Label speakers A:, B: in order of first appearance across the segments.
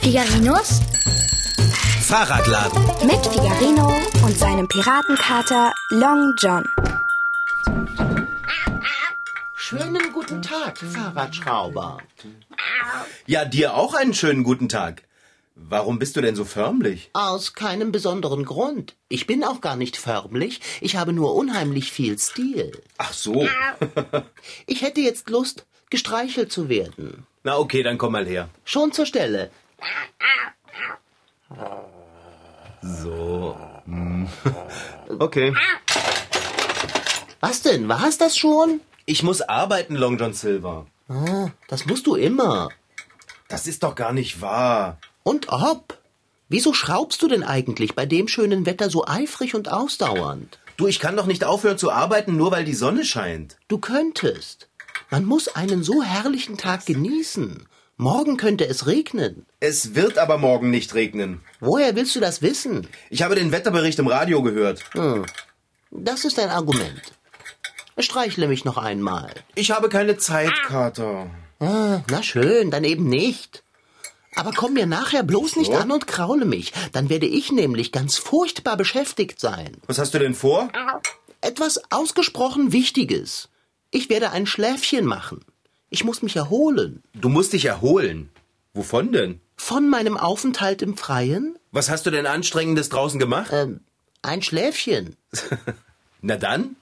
A: Figarinos
B: Fahrradladen.
C: Mit Figarino und seinem Piratenkater Long John.
D: Schönen guten Tag, Fahrradschrauber.
B: Ja, dir auch einen schönen guten Tag. Warum bist du denn so förmlich?
D: Aus keinem besonderen Grund. Ich bin auch gar nicht förmlich, ich habe nur unheimlich viel Stil.
B: Ach so.
D: Ich hätte jetzt Lust, gestreichelt zu werden.
B: Na okay, dann komm mal her.
D: Schon zur Stelle.
B: Okay.
D: Was denn, war es das schon?
B: Ich muss arbeiten, Long John Silver.
D: Ah, das musst du immer.
B: Das ist doch gar nicht wahr.
D: Und ob. Wieso schraubst du denn eigentlich bei dem schönen Wetter so eifrig und ausdauernd?
B: Du, ich kann doch nicht aufhören zu arbeiten, nur weil die Sonne scheint.
D: Du könntest. Man muss einen so herrlichen Tag genießen. Morgen könnte es regnen.
B: Es wird aber morgen nicht regnen.
D: Woher willst du das wissen?
B: Ich habe den Wetterbericht im Radio gehört.
D: Das ist ein Argument. Streichle mich noch einmal.
B: Ich habe keine Zeit, Kater.
D: Ah, na schön, dann eben nicht. Aber komm mir nachher bloß nicht an und kraule mich. Dann werde ich nämlich ganz furchtbar beschäftigt sein.
B: Was hast du denn vor?
D: Etwas ausgesprochen Wichtiges. Ich werde ein Schläfchen machen. Ich muss mich erholen.
B: Du musst dich erholen. Wovon denn?
D: Von meinem Aufenthalt im Freien?
B: Was hast du denn anstrengendes draußen gemacht?
D: Ähm, ein Schläfchen.
B: Na dann,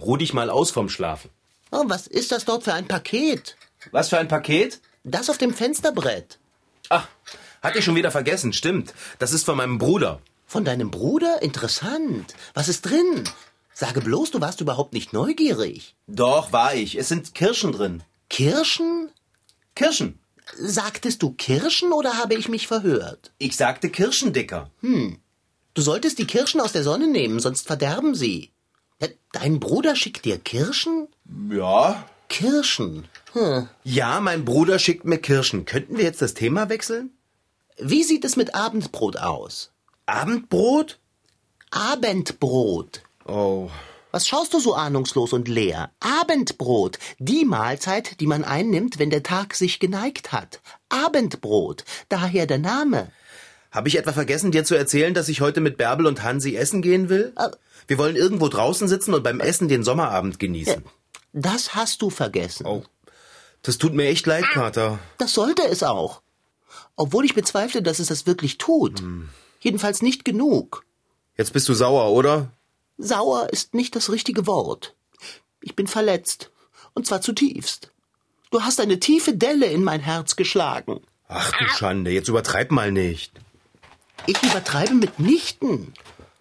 B: ruh dich mal aus vom Schlafen.
D: Oh, was ist das dort für ein Paket?
B: Was für ein Paket?
D: Das auf dem Fensterbrett.
B: Ach, hatte ich schon wieder vergessen, stimmt. Das ist von meinem Bruder.
D: Von deinem Bruder? Interessant. Was ist drin? Sage bloß, du warst überhaupt nicht neugierig.
B: Doch, war ich. Es sind Kirschen drin.
D: Kirschen?
B: Kirschen.
D: Sagtest du Kirschen oder habe ich mich verhört?
B: Ich sagte Kirschendicker.
D: Du solltest die Kirschen aus der Sonne nehmen, sonst verderben sie. De- Dein Bruder schickt dir Kirschen?
B: Ja.
D: Kirschen. Hm.
B: Ja, mein Bruder schickt mir Kirschen. Könnten wir jetzt das Thema wechseln?
D: Wie sieht es mit Abendbrot aus?
B: Abendbrot?
D: Abendbrot.
B: Oh.
D: Was schaust du so ahnungslos und leer? Abendbrot, die Mahlzeit, die man einnimmt, wenn der Tag sich geneigt hat. Abendbrot, daher der Name.
B: Habe ich etwa vergessen, dir zu erzählen, dass ich heute mit Bärbel und Hansi essen gehen will? Wir wollen irgendwo draußen sitzen und beim Essen den Sommerabend genießen.
D: Das hast du vergessen.
B: Oh. Das tut mir echt leid, Kater.
D: Das sollte es auch. Obwohl ich bezweifle, dass es das wirklich tut. Jedenfalls nicht genug.
B: Jetzt bist du sauer, oder?
D: Sauer ist nicht das richtige Wort. Ich bin verletzt. Und zwar zutiefst. Du hast eine tiefe Delle in mein Herz geschlagen.
B: Ach du Schande, jetzt übertreib mal nicht.
D: Ich übertreibe mitnichten.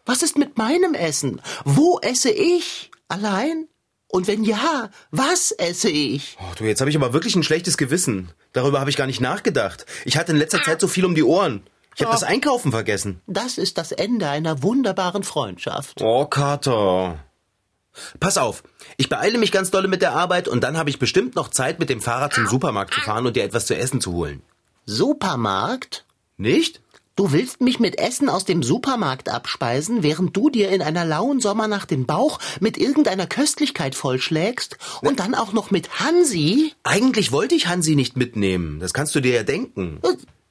D: Was ist mit meinem Essen? Wo esse ich? Allein? Und wenn ja, was esse ich?
B: Oh, du, jetzt habe ich aber wirklich ein schlechtes Gewissen. Darüber habe ich gar nicht nachgedacht. Ich hatte in letzter Zeit so viel um die Ohren. Ich habe das Einkaufen vergessen.
D: Das ist das Ende einer wunderbaren Freundschaft.
B: Oh, Kater. Pass auf, ich beeile mich ganz dolle mit der Arbeit und dann habe ich bestimmt noch Zeit, mit dem Fahrrad zum Supermarkt zu fahren und dir etwas zu essen zu holen.
D: Supermarkt?
B: Nicht?
D: Du willst mich mit Essen aus dem Supermarkt abspeisen, während du dir in einer lauen Sommernacht den Bauch mit irgendeiner Köstlichkeit vollschlägst und dann auch noch mit Hansi?
B: Eigentlich wollte ich Hansi nicht mitnehmen. Das kannst du dir ja denken.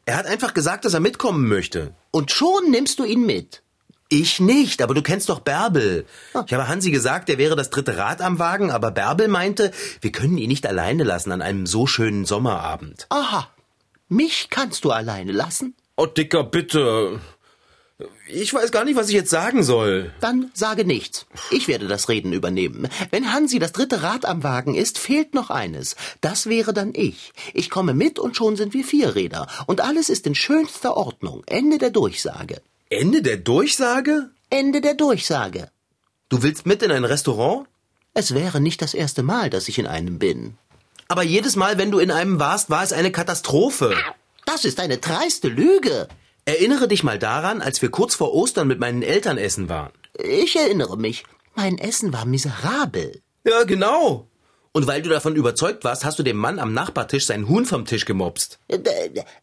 B: Er hat einfach gesagt, dass er mitkommen möchte.
D: Und schon nimmst du ihn mit.
B: Ich nicht, aber du kennst doch Bärbel. Ich habe Hansi gesagt, er wäre das dritte Rad am Wagen, aber Bärbel meinte, wir können ihn nicht alleine lassen an einem so schönen Sommerabend.
D: Aha. Mich kannst du alleine lassen?
B: Oh, Dicker, bitte. Ich weiß gar nicht, was ich jetzt sagen soll.
D: Dann sage nichts. Ich werde das Reden übernehmen. Wenn Hansi das dritte Rad am Wagen ist, fehlt noch eines. Das wäre dann ich. Ich komme mit und schon sind wir vier Räder. Und alles ist in schönster Ordnung. Ende der Durchsage.
B: Ende der Durchsage?
D: Ende der Durchsage.
B: Du willst mit in ein Restaurant?
D: Es wäre nicht das erste Mal, dass ich in einem bin.
B: Aber jedes Mal, wenn du in einem warst, war es eine Katastrophe.
D: Das ist eine dreiste Lüge.
B: Erinnere dich mal daran, als wir kurz vor Ostern mit meinen Eltern essen waren.
D: Ich erinnere mich. Mein Essen war miserabel.
B: Ja, genau. Und weil du davon überzeugt warst, hast du dem Mann am Nachbartisch sein Huhn vom Tisch gemobst.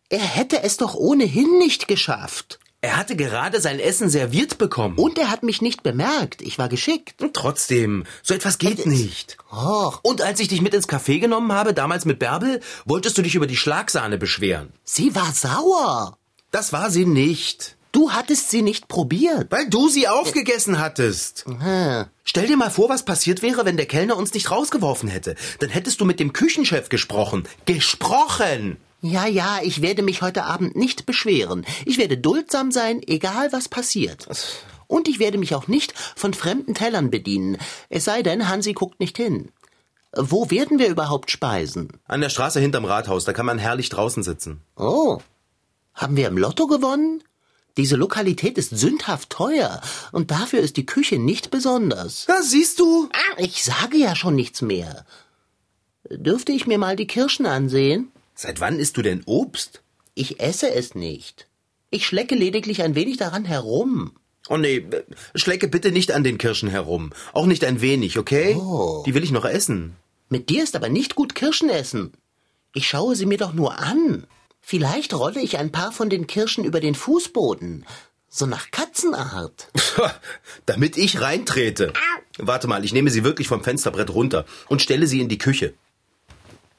D: Er hätte es doch ohnehin nicht geschafft.
B: Er hatte gerade sein Essen serviert bekommen.
D: Und er hat mich nicht bemerkt. Ich war geschickt.
B: trotzdem, so etwas geht nicht.
D: Och,
B: Und als ich dich mit ins Café genommen habe, damals mit Bärbel, wolltest du dich über die Schlagsahne beschweren.
D: sie war sauer.
B: Das war sie nicht.
D: Du hattest sie nicht probiert.
B: Weil du sie aufgegessen hattest. Stell dir mal vor, was passiert wäre, wenn der Kellner uns nicht rausgeworfen hätte. Dann hättest du mit dem Küchenchef gesprochen. Gesprochen!
D: Ja, ja, ich werde mich heute Abend nicht beschweren. Ich werde duldsam sein, egal was passiert. Und ich werde mich auch nicht von fremden Tellern bedienen. Es sei denn, Hansi guckt nicht hin. Wo werden wir überhaupt speisen?
B: An der Straße hinterm Rathaus, da kann man herrlich draußen sitzen.
D: Oh, haben wir im Lotto gewonnen? Diese Lokalität ist sündhaft teuer und dafür ist die Küche nicht besonders.
B: Da siehst du.
D: Ah, ich sage ja schon nichts mehr. Dürfte ich mir mal die Kirschen ansehen?
B: Seit wann isst du denn Obst?
D: Ich esse es nicht. Ich schlecke lediglich ein wenig daran herum.
B: Oh nee, äh, schlecke bitte nicht an den Kirschen herum. Auch nicht ein wenig, okay? Die will ich noch essen.
D: Mit dir ist aber nicht gut Kirschen essen. Ich schaue sie mir doch nur an. Vielleicht rolle ich ein paar von den Kirschen über den Fußboden. So nach Katzenart.
B: Damit ich reintrete. Warte mal, ich nehme sie wirklich vom Fensterbrett runter und stelle sie in die Küche.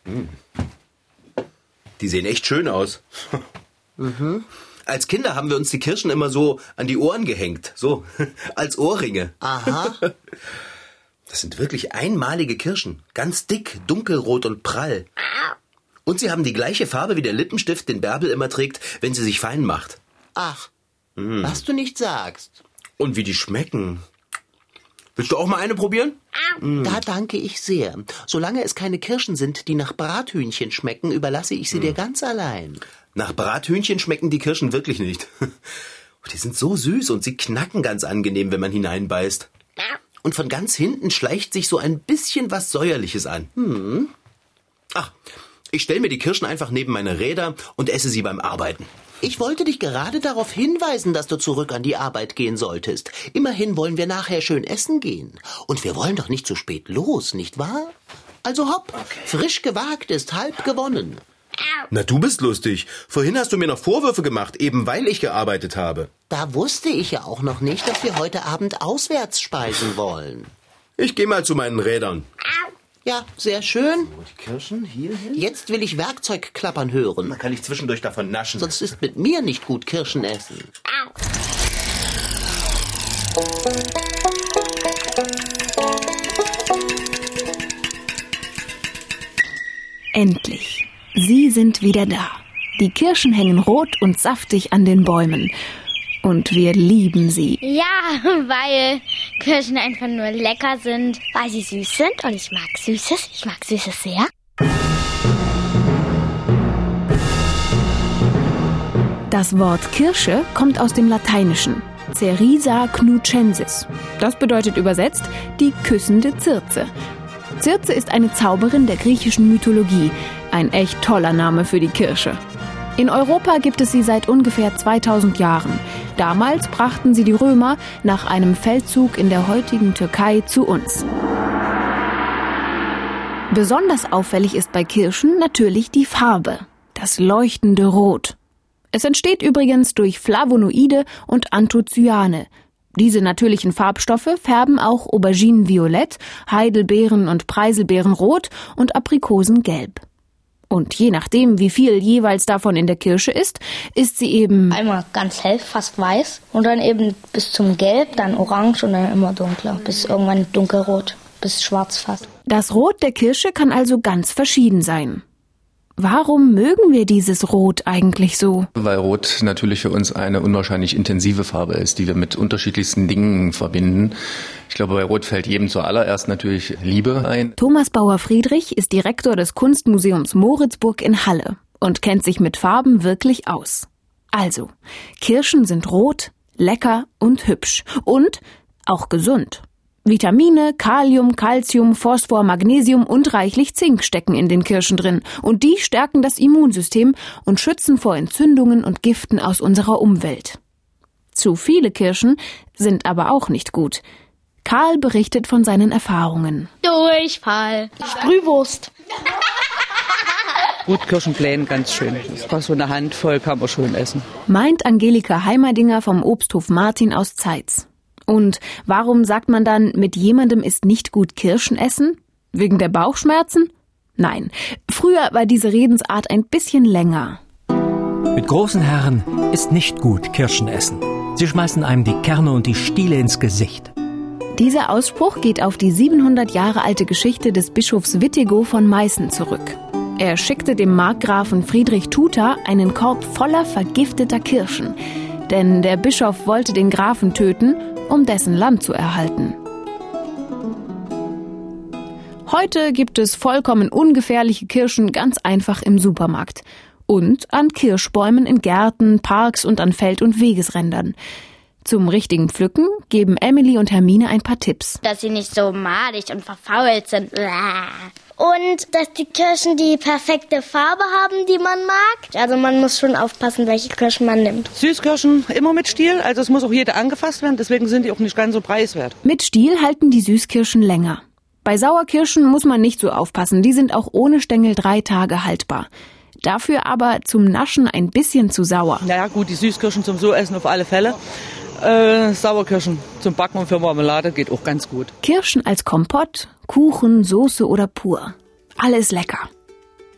B: Hm. Die sehen echt schön aus. Als Kinder haben wir uns die Kirschen immer so an die Ohren gehängt. So, als Ohrringe.
D: Aha.
B: Das sind wirklich einmalige Kirschen. Ganz dick, dunkelrot und prall. Und sie haben die gleiche Farbe wie der Lippenstift, den Bärbel immer trägt, wenn sie sich fein macht.
D: Ach, was du nicht sagst.
B: Und wie die schmecken. Willst du auch mal eine probieren?
D: Da danke ich sehr. Solange es keine Kirschen sind, die nach Brathühnchen schmecken, überlasse ich sie dir ganz allein.
B: Nach Brathühnchen schmecken die Kirschen wirklich nicht. Die sind so süß und sie knacken ganz angenehm, wenn man hineinbeißt. Und von ganz hinten schleicht sich so ein bisschen was Säuerliches an. Hm. Ach, ich stelle mir die Kirschen einfach neben meine Räder und esse sie beim Arbeiten.
D: Ich wollte dich gerade darauf hinweisen, dass du zurück an die Arbeit gehen solltest. Immerhin wollen wir nachher schön essen gehen. Und wir wollen doch nicht zu spät los, nicht wahr? Also hopp, frisch gewagt ist halb gewonnen.
B: Na, du bist lustig. Vorhin hast du mir noch Vorwürfe gemacht, eben weil ich gearbeitet habe.
D: Da wusste ich ja auch noch nicht, dass wir heute Abend auswärts speisen wollen.
B: Ich gehe mal zu meinen Rädern.
D: Ja, sehr schön.
B: Kirschen hierhin?
D: Jetzt will ich Werkzeug klappern hören.
B: Dann kann ich zwischendurch davon naschen.
D: Sonst ist mit mir nicht gut Kirschen essen.
A: Endlich. Sie sind wieder da. Die Kirschen hängen rot und saftig an den Bäumen. Und wir lieben sie.
E: Ja, weil Kirschen einfach nur lecker sind. Weil sie süß sind und ich mag Süßes. Ich mag Süßes sehr.
A: Das Wort Kirsche kommt aus dem Lateinischen. Cerisa knucensis. Das bedeutet übersetzt die küssende Zirze. Zirze ist eine Zauberin der griechischen Mythologie. Ein echt toller Name für die Kirsche. In Europa gibt es sie seit ungefähr 2000 Jahren. Damals brachten sie die Römer nach einem Feldzug in der heutigen Türkei zu uns. Besonders auffällig ist bei Kirschen natürlich die Farbe, das leuchtende Rot. Es entsteht übrigens durch Flavonoide und Anthocyane. Diese natürlichen Farbstoffe färben auch Auberginen violett, Heidelbeeren und Preiselbeeren rot und Aprikosen gelb. Und je nachdem, wie viel jeweils davon in der Kirsche ist, ist sie eben
E: Einmal ganz hell, fast weiß. Und dann eben bis zum Gelb, dann orange und dann immer dunkler. Bis irgendwann dunkelrot. Bis schwarz fast.
A: Das Rot der Kirsche kann also ganz verschieden sein. Warum mögen wir dieses Rot eigentlich so?
F: Weil Rot natürlich für uns eine unwahrscheinlich intensive Farbe ist, die wir mit unterschiedlichsten Dingen verbinden. Ich glaube, bei Rot fällt jedem zuallererst natürlich Liebe ein.
A: Thomas Bauer Friedrich ist Direktor des Kunstmuseums Moritzburg in Halle und kennt sich mit Farben wirklich aus. Also, Kirschen sind rot, lecker und hübsch und auch gesund. Vitamine, Kalium, Calcium, Phosphor, Magnesium und reichlich Zink stecken in den Kirschen drin und die stärken das Immunsystem und schützen vor Entzündungen und Giften aus unserer Umwelt. Zu viele Kirschen sind aber auch nicht gut. Karl berichtet von seinen Erfahrungen.
E: Durchfall. Sprühwurst.
G: Gut, Kirschenplänen, ganz schön. Das kostet so eine Handvoll, kann man schon essen.
A: meint Angelika Heimerdinger vom Obsthof Martin aus Zeitz. Und warum sagt man dann, mit jemandem ist nicht gut Kirschen essen? Wegen der Bauchschmerzen? Nein, früher war diese Redensart ein bisschen länger.
H: Mit großen Herren ist nicht gut Kirschen essen. Sie schmeißen einem die Kerne und die Stiele ins Gesicht.
A: Dieser Ausspruch geht auf die 700 Jahre alte Geschichte des Bischofs Wittigo von Meißen zurück. Er schickte dem Markgrafen Friedrich Tuta einen Korb voller vergifteter Kirschen, denn der Bischof wollte den Grafen töten, um dessen Land zu erhalten. Heute gibt es vollkommen ungefährliche Kirschen ganz einfach im Supermarkt und an Kirschbäumen in Gärten, Parks und an Feld- und Wegesrändern. Zum richtigen Pflücken geben Emily und Hermine ein paar Tipps.
I: dass sie nicht so madig und verfault sind. Und dass die Kirschen die perfekte Farbe haben, die man mag. Also man muss schon aufpassen, welche Kirschen man nimmt.
G: Süßkirschen immer mit Stiel, also es muss auch jeder angefasst werden, deswegen sind die auch nicht ganz so preiswert.
A: Mit Stiel halten die Süßkirschen länger. Bei Sauerkirschen muss man nicht so aufpassen, die sind auch ohne Stängel drei Tage haltbar. Dafür aber zum Naschen ein bisschen zu sauer.
G: Naja gut, die Süßkirschen zum So essen auf alle Fälle. Äh, Sauerkirschen zum Backen und für Marmelade geht auch ganz gut.
A: Kirschen als Kompott, Kuchen, Soße oder pur. Alles lecker.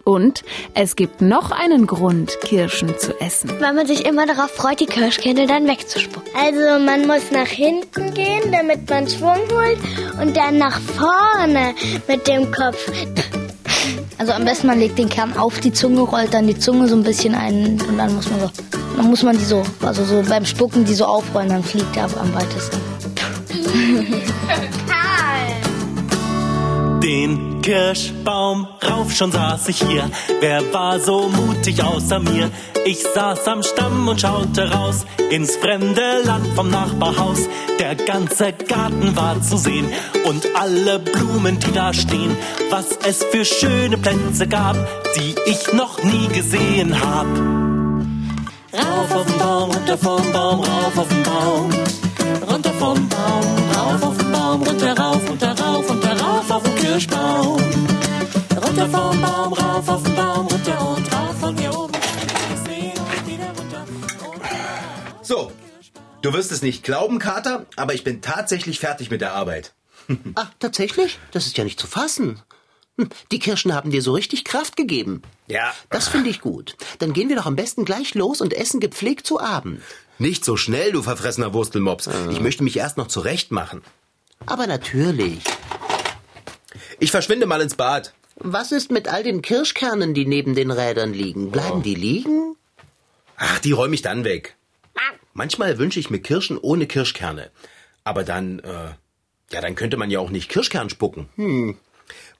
A: Und es gibt noch einen Grund, Kirschen zu essen.
C: Weil man sich immer darauf freut, die Kirschkerne dann wegzuspucken.
I: Also man muss nach hinten gehen, damit man Schwung holt. Und dann nach vorne mit dem Kopf.
E: Also am besten man legt den Kern auf die Zunge, rollt dann die Zunge so ein bisschen ein und dann muss man so, dann muss man die so, also so beim Spucken die so aufrollen, dann fliegt er am weitesten.
J: Den Kirschbaum rauf, schon saß ich hier. Wer war so mutig außer mir? Ich saß am Stamm und schaute raus ins fremde Land vom Nachbarhaus. Der ganze Garten war zu sehen und alle Blumen, die da stehen. Was es für schöne Plätze gab, die ich noch nie gesehen hab. Rauf auf den Baum, runter vom Baum, rauf auf den Baum. Runter vom Baum, rauf auf den Baum, runter, rauf, runter, rauf, runter, rauf auf den Kirschbaum. Runter vom Baum, rauf auf den Baum, runter und rauf von hier oben.
B: So, du wirst es nicht glauben, Kater, aber ich bin tatsächlich fertig mit der Arbeit.
D: Ah, tatsächlich? Das ist ja nicht zu fassen. Hm, Die Kirschen haben dir so richtig Kraft gegeben.
B: Ja.
D: Das finde ich gut. Dann gehen wir doch am besten gleich los und essen gepflegt zu Abend.
B: Nicht so schnell, du verfressener Wurstelmops. Ich möchte mich erst noch zurecht machen.
D: Aber natürlich.
B: Ich verschwinde mal ins Bad.
D: Was ist mit all den Kirschkernen, die neben den Rädern liegen? Bleiben die liegen?
B: Ach, die räume ich dann weg. Manchmal wünsche ich mir Kirschen ohne Kirschkerne. Aber dann, äh, ja, dann könnte man ja auch nicht Kirschkern spucken. Hm.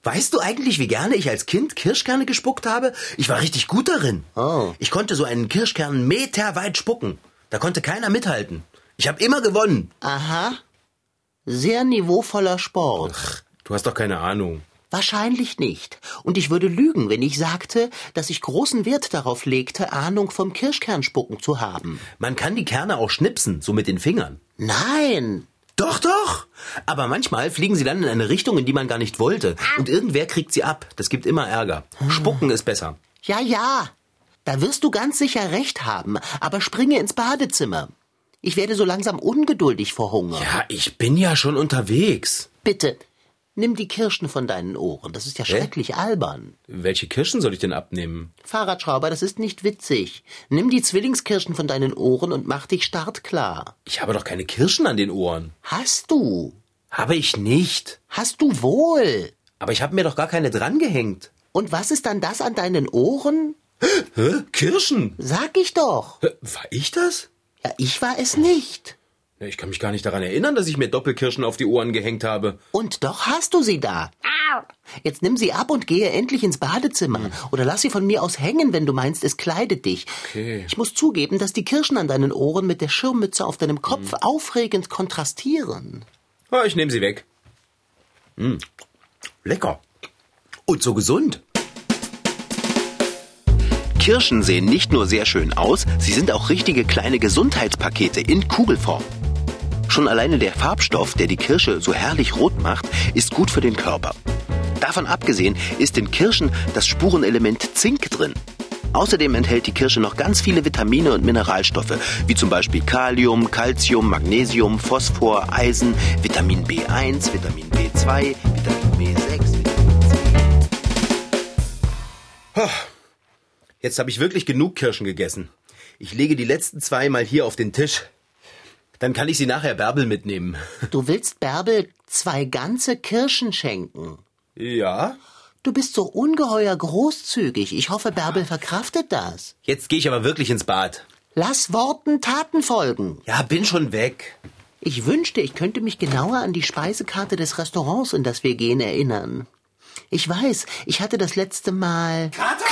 B: Weißt du eigentlich, wie gerne ich als Kind Kirschkerne gespuckt habe? Ich war richtig gut darin.
D: Oh.
B: Ich konnte so einen Kirschkern meterweit spucken. Da konnte keiner mithalten. Ich habe immer gewonnen.
D: Aha. Sehr niveauvoller Sport.
B: Du hast doch keine Ahnung.
D: Wahrscheinlich nicht. Und ich würde lügen, wenn ich sagte, dass ich großen Wert darauf legte, Ahnung vom Kirschkernspucken zu haben.
B: Man kann die Kerne auch schnipsen, so mit den Fingern.
D: Nein.
B: Doch, doch. Aber manchmal fliegen sie dann in eine Richtung, in die man gar nicht wollte. Und irgendwer kriegt sie ab. Das gibt immer Ärger. Spucken ist besser.
D: Ja, ja. Da wirst du ganz sicher recht haben, aber springe ins Badezimmer. Ich werde so langsam ungeduldig vor Hunger.
B: Ja, ich bin ja schon unterwegs.
D: Bitte, nimm die Kirschen von deinen Ohren. Das ist ja schrecklich albern.
B: Welche Kirschen soll ich denn abnehmen?
D: Fahrradschrauber, das ist nicht witzig. Nimm die Zwillingskirschen von deinen Ohren und mach dich startklar.
B: Ich habe doch keine Kirschen an den Ohren.
D: Hast du?
B: Habe ich nicht.
D: Hast du wohl?
B: Aber ich habe mir doch gar keine drangehängt.
D: Und was ist dann das an deinen Ohren?
B: Hä? Kirschen?
D: Sag ich doch.
B: Hä? War ich das?
D: Ja, ich war es nicht.
B: Ja, Ich kann mich gar nicht daran erinnern, dass ich mir Doppelkirschen auf die Ohren gehängt habe.
D: Und doch hast du sie da. Jetzt nimm sie ab und gehe endlich ins Badezimmer.
B: Hm.
D: Oder lass sie von mir aus hängen, wenn du meinst, es kleidet dich.
B: Okay.
D: Ich muss zugeben, dass die Kirschen an deinen Ohren mit der Schirmmütze auf deinem
B: Hm.
D: Kopf aufregend kontrastieren.
B: Ah, ich nehme sie weg. Mm. Lecker. Und so gesund.
D: Kirschen sehen nicht nur sehr schön aus, sie sind auch richtige kleine Gesundheitspakete in Kugelform. Schon alleine der Farbstoff, der die Kirsche so herrlich rot macht, ist gut für den Körper. Davon abgesehen ist in Kirschen das Spurenelement Zink drin. Außerdem enthält die Kirsche noch ganz viele Vitamine und Mineralstoffe, wie zum Beispiel Kalium, Calcium, Magnesium, Phosphor, Eisen, Vitamin B1, Vitamin B2, Vitamin B6.
B: Jetzt habe ich wirklich genug Kirschen gegessen. Ich lege die letzten zwei mal hier auf den Tisch. Dann kann ich sie nachher Bärbel mitnehmen.
D: Du willst Bärbel zwei ganze Kirschen schenken.
B: Ja?
D: Du bist so ungeheuer großzügig. Ich hoffe, Bärbel verkraftet das.
B: Jetzt gehe ich aber wirklich ins Bad.
D: Lass Worten Taten folgen.
B: Ja, bin schon weg.
D: Ich wünschte, ich könnte mich genauer an die Speisekarte des Restaurants, in das wir gehen, erinnern. Ich weiß, ich hatte das letzte Mal.
B: Kater!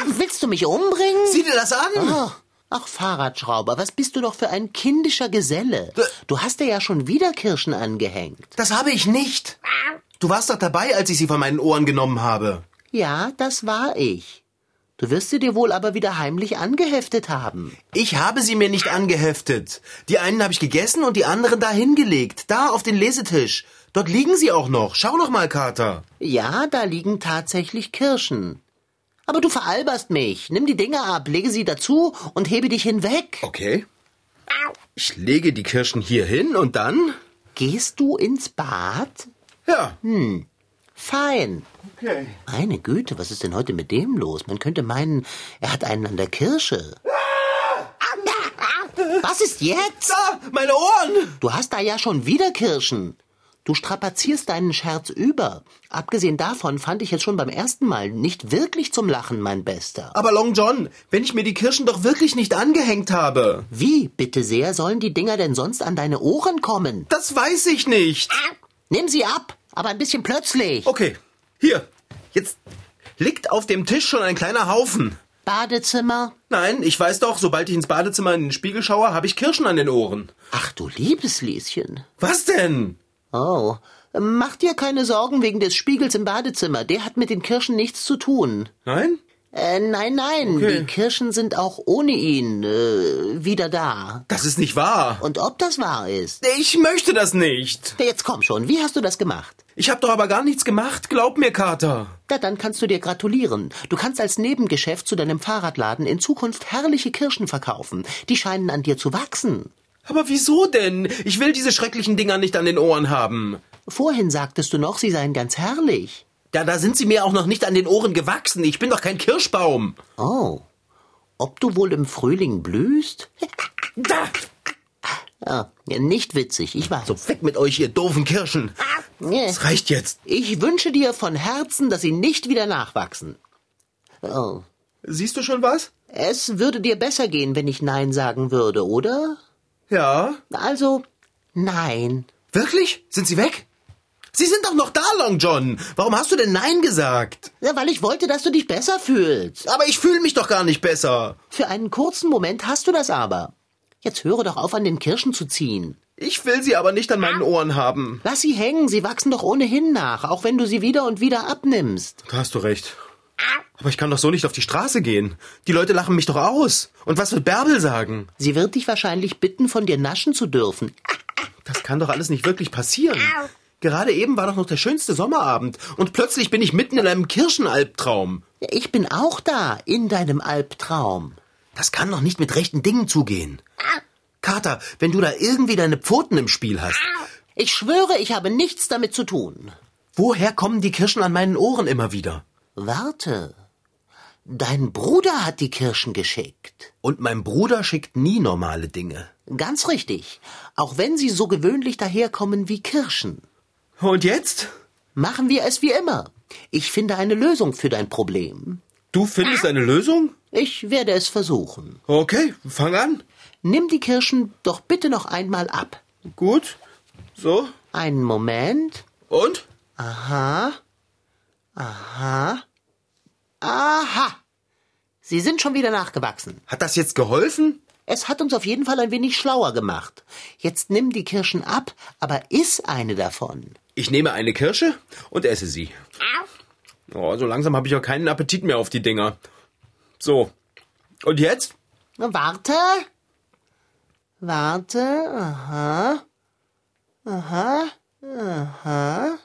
D: Ah, Willst du mich umbringen?
B: Sieh dir das an!
D: Ah, Ach, Fahrradschrauber, was bist du doch für ein kindischer Geselle? Du hast dir ja schon wieder Kirschen angehängt.
B: Das habe ich nicht. Du warst doch dabei, als ich sie von meinen Ohren genommen habe.
D: Ja, das war ich. Du wirst sie dir wohl aber wieder heimlich angeheftet haben.
B: Ich habe sie mir nicht angeheftet. Die einen habe ich gegessen und die anderen da hingelegt. Da auf den Lesetisch. Dort liegen sie auch noch. Schau noch mal, Kater.
D: Ja, da liegen tatsächlich Kirschen. Aber du veralberst mich. Nimm die Dinger ab, lege sie dazu und hebe dich hinweg.
B: Okay. Ich lege die Kirschen hier hin und dann?
D: Gehst du ins Bad?
B: Ja.
D: Fein.
B: Okay.
D: Meine Güte, was ist denn heute mit dem los? Man könnte meinen, er hat einen an der Kirsche. Was ist jetzt?
B: Da, meine Ohren!
D: Du hast da ja schon wieder Kirschen. Du strapazierst deinen Scherz über. Abgesehen davon fand ich es schon beim ersten Mal nicht wirklich zum Lachen, mein Bester.
B: Aber Long John, wenn ich mir die Kirschen doch wirklich nicht angehängt habe.
D: Wie, bitte sehr, sollen die Dinger denn sonst an deine Ohren kommen?
B: Das weiß ich nicht.
D: Nimm sie ab, aber ein bisschen plötzlich.
B: Okay, hier. Jetzt liegt auf dem Tisch schon ein kleiner Haufen.
D: Badezimmer?
B: Nein, ich weiß doch, sobald ich ins Badezimmer in den Spiegel schaue, habe ich Kirschen an den Ohren.
D: Ach du liebes Lieschen.
B: Was denn?
D: Oh, mach dir keine Sorgen wegen des Spiegels im Badezimmer. Der hat mit den Kirschen nichts zu tun.
B: Nein?
D: Äh, nein, nein,
B: Okay.
D: die Kirschen sind auch ohne ihn äh, wieder da.
B: Das ist nicht wahr.
D: Und ob das wahr ist? Äh,
B: Ich möchte das nicht.
D: Jetzt komm schon, wie hast du das gemacht?
B: Ich habe doch aber gar nichts gemacht, glaub mir, Kater.
D: Na, dann kannst du dir gratulieren. Du kannst als Nebengeschäft zu deinem Fahrradladen in Zukunft herrliche Kirschen verkaufen. Die scheinen an dir zu wachsen.
B: Aber wieso denn? Ich will diese schrecklichen Dinger nicht an den Ohren haben.
D: Vorhin sagtest du noch, sie seien ganz herrlich.
B: Da, da sind sie mir auch noch nicht an den Ohren gewachsen. Ich bin doch kein Kirschbaum.
D: Oh, ob du wohl im Frühling blühst?
B: Da!
D: Ah, nicht witzig, ich weiß.
B: So, weg mit euch, ihr doofen Kirschen.
D: Äh.
B: Das reicht jetzt.
D: Ich wünsche dir von Herzen, dass sie nicht wieder nachwachsen. Oh.
B: Siehst du schon was?
D: Es würde dir besser gehen, wenn ich Nein sagen würde, oder?
B: Ja.
D: Also, nein.
B: Wirklich? Sind sie weg? Sie sind doch noch da, Long John. Warum hast du denn Nein gesagt?
D: Ja, weil ich wollte, dass du dich besser fühlst.
B: Aber ich fühle mich doch gar nicht besser.
D: Für einen kurzen Moment hast du das aber. Jetzt höre doch auf, an den Kirschen zu ziehen.
B: Ich will sie aber nicht an meinen Ohren haben.
D: Lass sie hängen, sie wachsen doch ohnehin nach, auch wenn du sie wieder und wieder abnimmst.
B: Da hast du recht. Aber ich kann doch so nicht auf die Straße gehen. Die Leute lachen mich doch aus. Und was wird Bärbel sagen?
D: Sie wird dich wahrscheinlich bitten, von dir naschen zu dürfen.
B: Das kann doch alles nicht wirklich passieren. Gerade eben war doch noch der schönste Sommerabend. Und plötzlich bin ich mitten in einem Kirschenalbtraum.
D: Ja, Ich bin auch da, in deinem Albtraum.
B: Das kann doch nicht mit rechten Dingen zugehen. Kater, wenn du da irgendwie deine Pfoten im Spiel hast,
D: Ich schwöre, ich habe nichts damit zu tun.
B: woher kommen die Kirschen an meinen Ohren immer wieder?
D: Warte. Dein Bruder hat die Kirschen geschickt.
B: Und mein Bruder schickt nie normale Dinge.
D: Ganz richtig. Auch wenn sie so gewöhnlich daherkommen wie Kirschen.
B: Und jetzt?
D: Machen wir es wie immer. Ich finde eine Lösung für dein Problem.
B: Du findest eine Lösung?
D: Ich werde es versuchen.
B: Okay, fang an.
D: Nimm die Kirschen doch bitte noch einmal ab.
B: Gut. So.
D: Einen Moment.
B: Und?
D: Aha. Aha. Aha. Sie sind schon wieder nachgewachsen.
B: Hat das jetzt geholfen?
D: Es hat uns auf jeden Fall ein wenig schlauer gemacht. Jetzt nimm die Kirschen ab, aber iss eine davon.
B: Ich nehme eine Kirsche und esse sie. Oh, so langsam habe ich auch keinen Appetit mehr auf die Dinger. So. Und jetzt?
D: Na, Warte. Warte. Aha. Aha. Aha.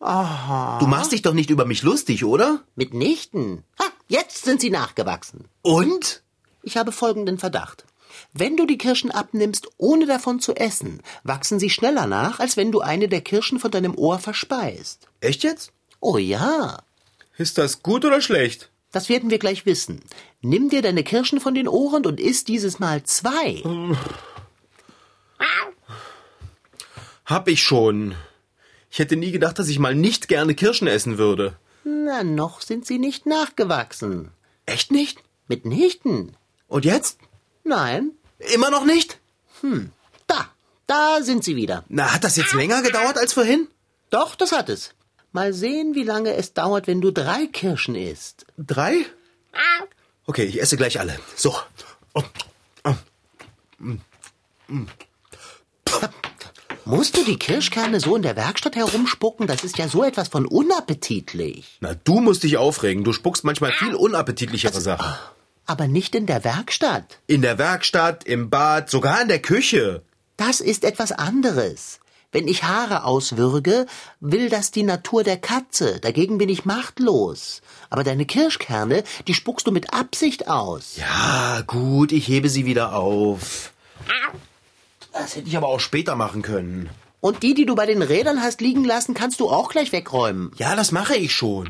D: Aha.
B: Du machst dich doch nicht über mich lustig, oder?
D: Mitnichten. Ha, jetzt sind sie nachgewachsen.
B: Und?
D: Ich habe folgenden Verdacht. Wenn du die Kirschen abnimmst, ohne davon zu essen, wachsen sie schneller nach, als wenn du eine der Kirschen von deinem Ohr verspeist.
B: Echt jetzt?
D: Oh ja.
B: Ist das gut oder schlecht?
D: Das werden wir gleich wissen. Nimm dir deine Kirschen von den Ohren und iss dieses Mal zwei.
B: Hab ich schon. Ich hätte nie gedacht, dass ich mal nicht gerne Kirschen essen würde.
D: Na, noch sind sie nicht nachgewachsen.
B: Echt nicht?
D: Mitnichten.
B: Und jetzt?
D: Nein.
B: Immer noch nicht?
D: Hm. Da. Da sind sie wieder.
B: Na, hat das jetzt länger gedauert als vorhin?
D: Doch, das hat es. Mal sehen, wie lange es dauert, wenn du drei Kirschen isst.
B: Drei? Okay, ich esse gleich alle. So. Oh. Oh. Mm.
D: Mm. Musst du die Kirschkerne so in der Werkstatt herumspucken? Das ist ja so etwas von unappetitlich.
B: Na, du musst dich aufregen. Du spuckst manchmal viel unappetitlichere also, Sachen.
D: Aber nicht in der Werkstatt.
B: In der Werkstatt, im Bad, sogar in der Küche.
D: Das ist etwas anderes. Wenn ich Haare auswürge, will das die Natur der Katze. Dagegen bin ich machtlos. Aber deine Kirschkerne, die spuckst du mit Absicht aus.
B: Ja, gut, ich hebe sie wieder auf. Das hätte ich aber auch später machen können.
D: Und die, die du bei den Rädern hast liegen lassen, kannst du auch gleich wegräumen.
B: Ja, das mache ich schon.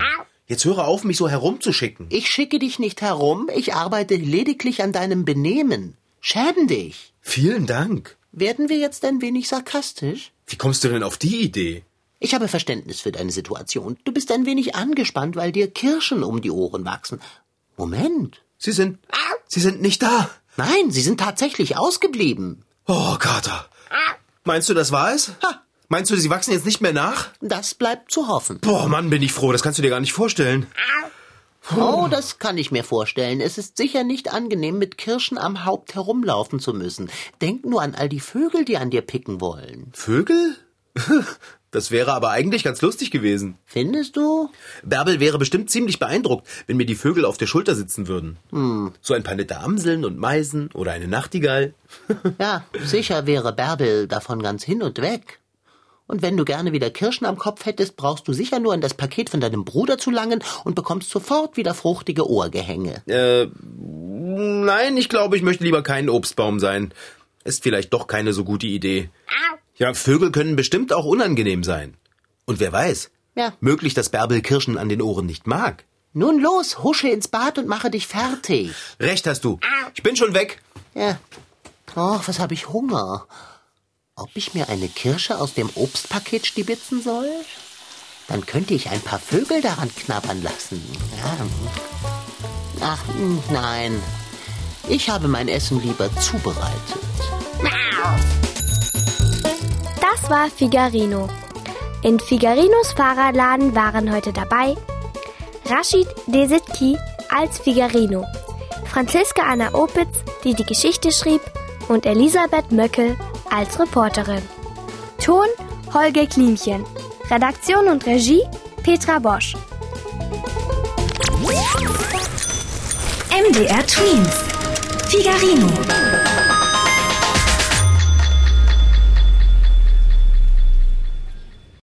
B: Jetzt höre auf, mich so herumzuschicken.
D: Ich schicke dich nicht herum, ich arbeite lediglich an deinem Benehmen. Schäden dich.
B: Vielen Dank.
D: Werden wir jetzt ein wenig sarkastisch?
B: Wie kommst du denn auf die Idee?
D: Ich habe Verständnis für deine Situation. Du bist ein wenig angespannt, weil dir Kirschen um die Ohren wachsen. Moment.
B: Sie sind. Sie sind nicht da.
D: Nein, sie sind tatsächlich ausgeblieben.
B: Oh, Kater. Meinst du, das war es? Ha. Meinst du, sie wachsen jetzt nicht mehr nach?
D: Das bleibt zu hoffen.
B: Boah, Mann, bin ich froh. Das kannst du dir gar nicht vorstellen.
D: Oh, das kann ich mir vorstellen. Es ist sicher nicht angenehm, mit Kirschen am Haupt herumlaufen zu müssen. Denk nur an all die Vögel, die an dir picken wollen.
B: Vögel? Das wäre aber eigentlich ganz lustig gewesen.
D: Findest du?
B: Bärbel wäre bestimmt ziemlich beeindruckt, wenn mir die Vögel auf der Schulter sitzen würden. Hm. So ein paar nette Amseln und Meisen oder eine Nachtigall.
D: ja, sicher wäre Bärbel davon ganz hin und weg. Und wenn du gerne wieder Kirschen am Kopf hättest, brauchst du sicher nur an das Paket von deinem Bruder zu langen und bekommst sofort wieder fruchtige Ohrgehänge.
B: Äh, nein, ich glaube, ich möchte lieber kein Obstbaum sein. Ist vielleicht doch keine so gute Idee. Ja, Vögel können bestimmt auch unangenehm sein. Und wer weiß?
D: Ja.
B: Möglich, dass Bärbel Kirschen an den Ohren nicht mag.
D: Nun los, husche ins Bad und mache dich fertig.
B: Recht hast du. Ich bin schon weg.
D: Ja. Ach, was habe ich Hunger ob ich mir eine Kirsche aus dem Obstpaket stibitzen soll? Dann könnte ich ein paar Vögel daran knabbern lassen. Ja. Ach, nein. Ich habe mein Essen lieber zubereitet.
K: Das war Figarino. In Figarinos Fahrradladen waren heute dabei Rashid Desitki als Figarino, Franziska Anna Opitz, die die Geschichte schrieb, und Elisabeth Möckel als Reporterin. Ton Holger Klimchen. Redaktion und Regie Petra Bosch.
L: MDR Twins. Figarino.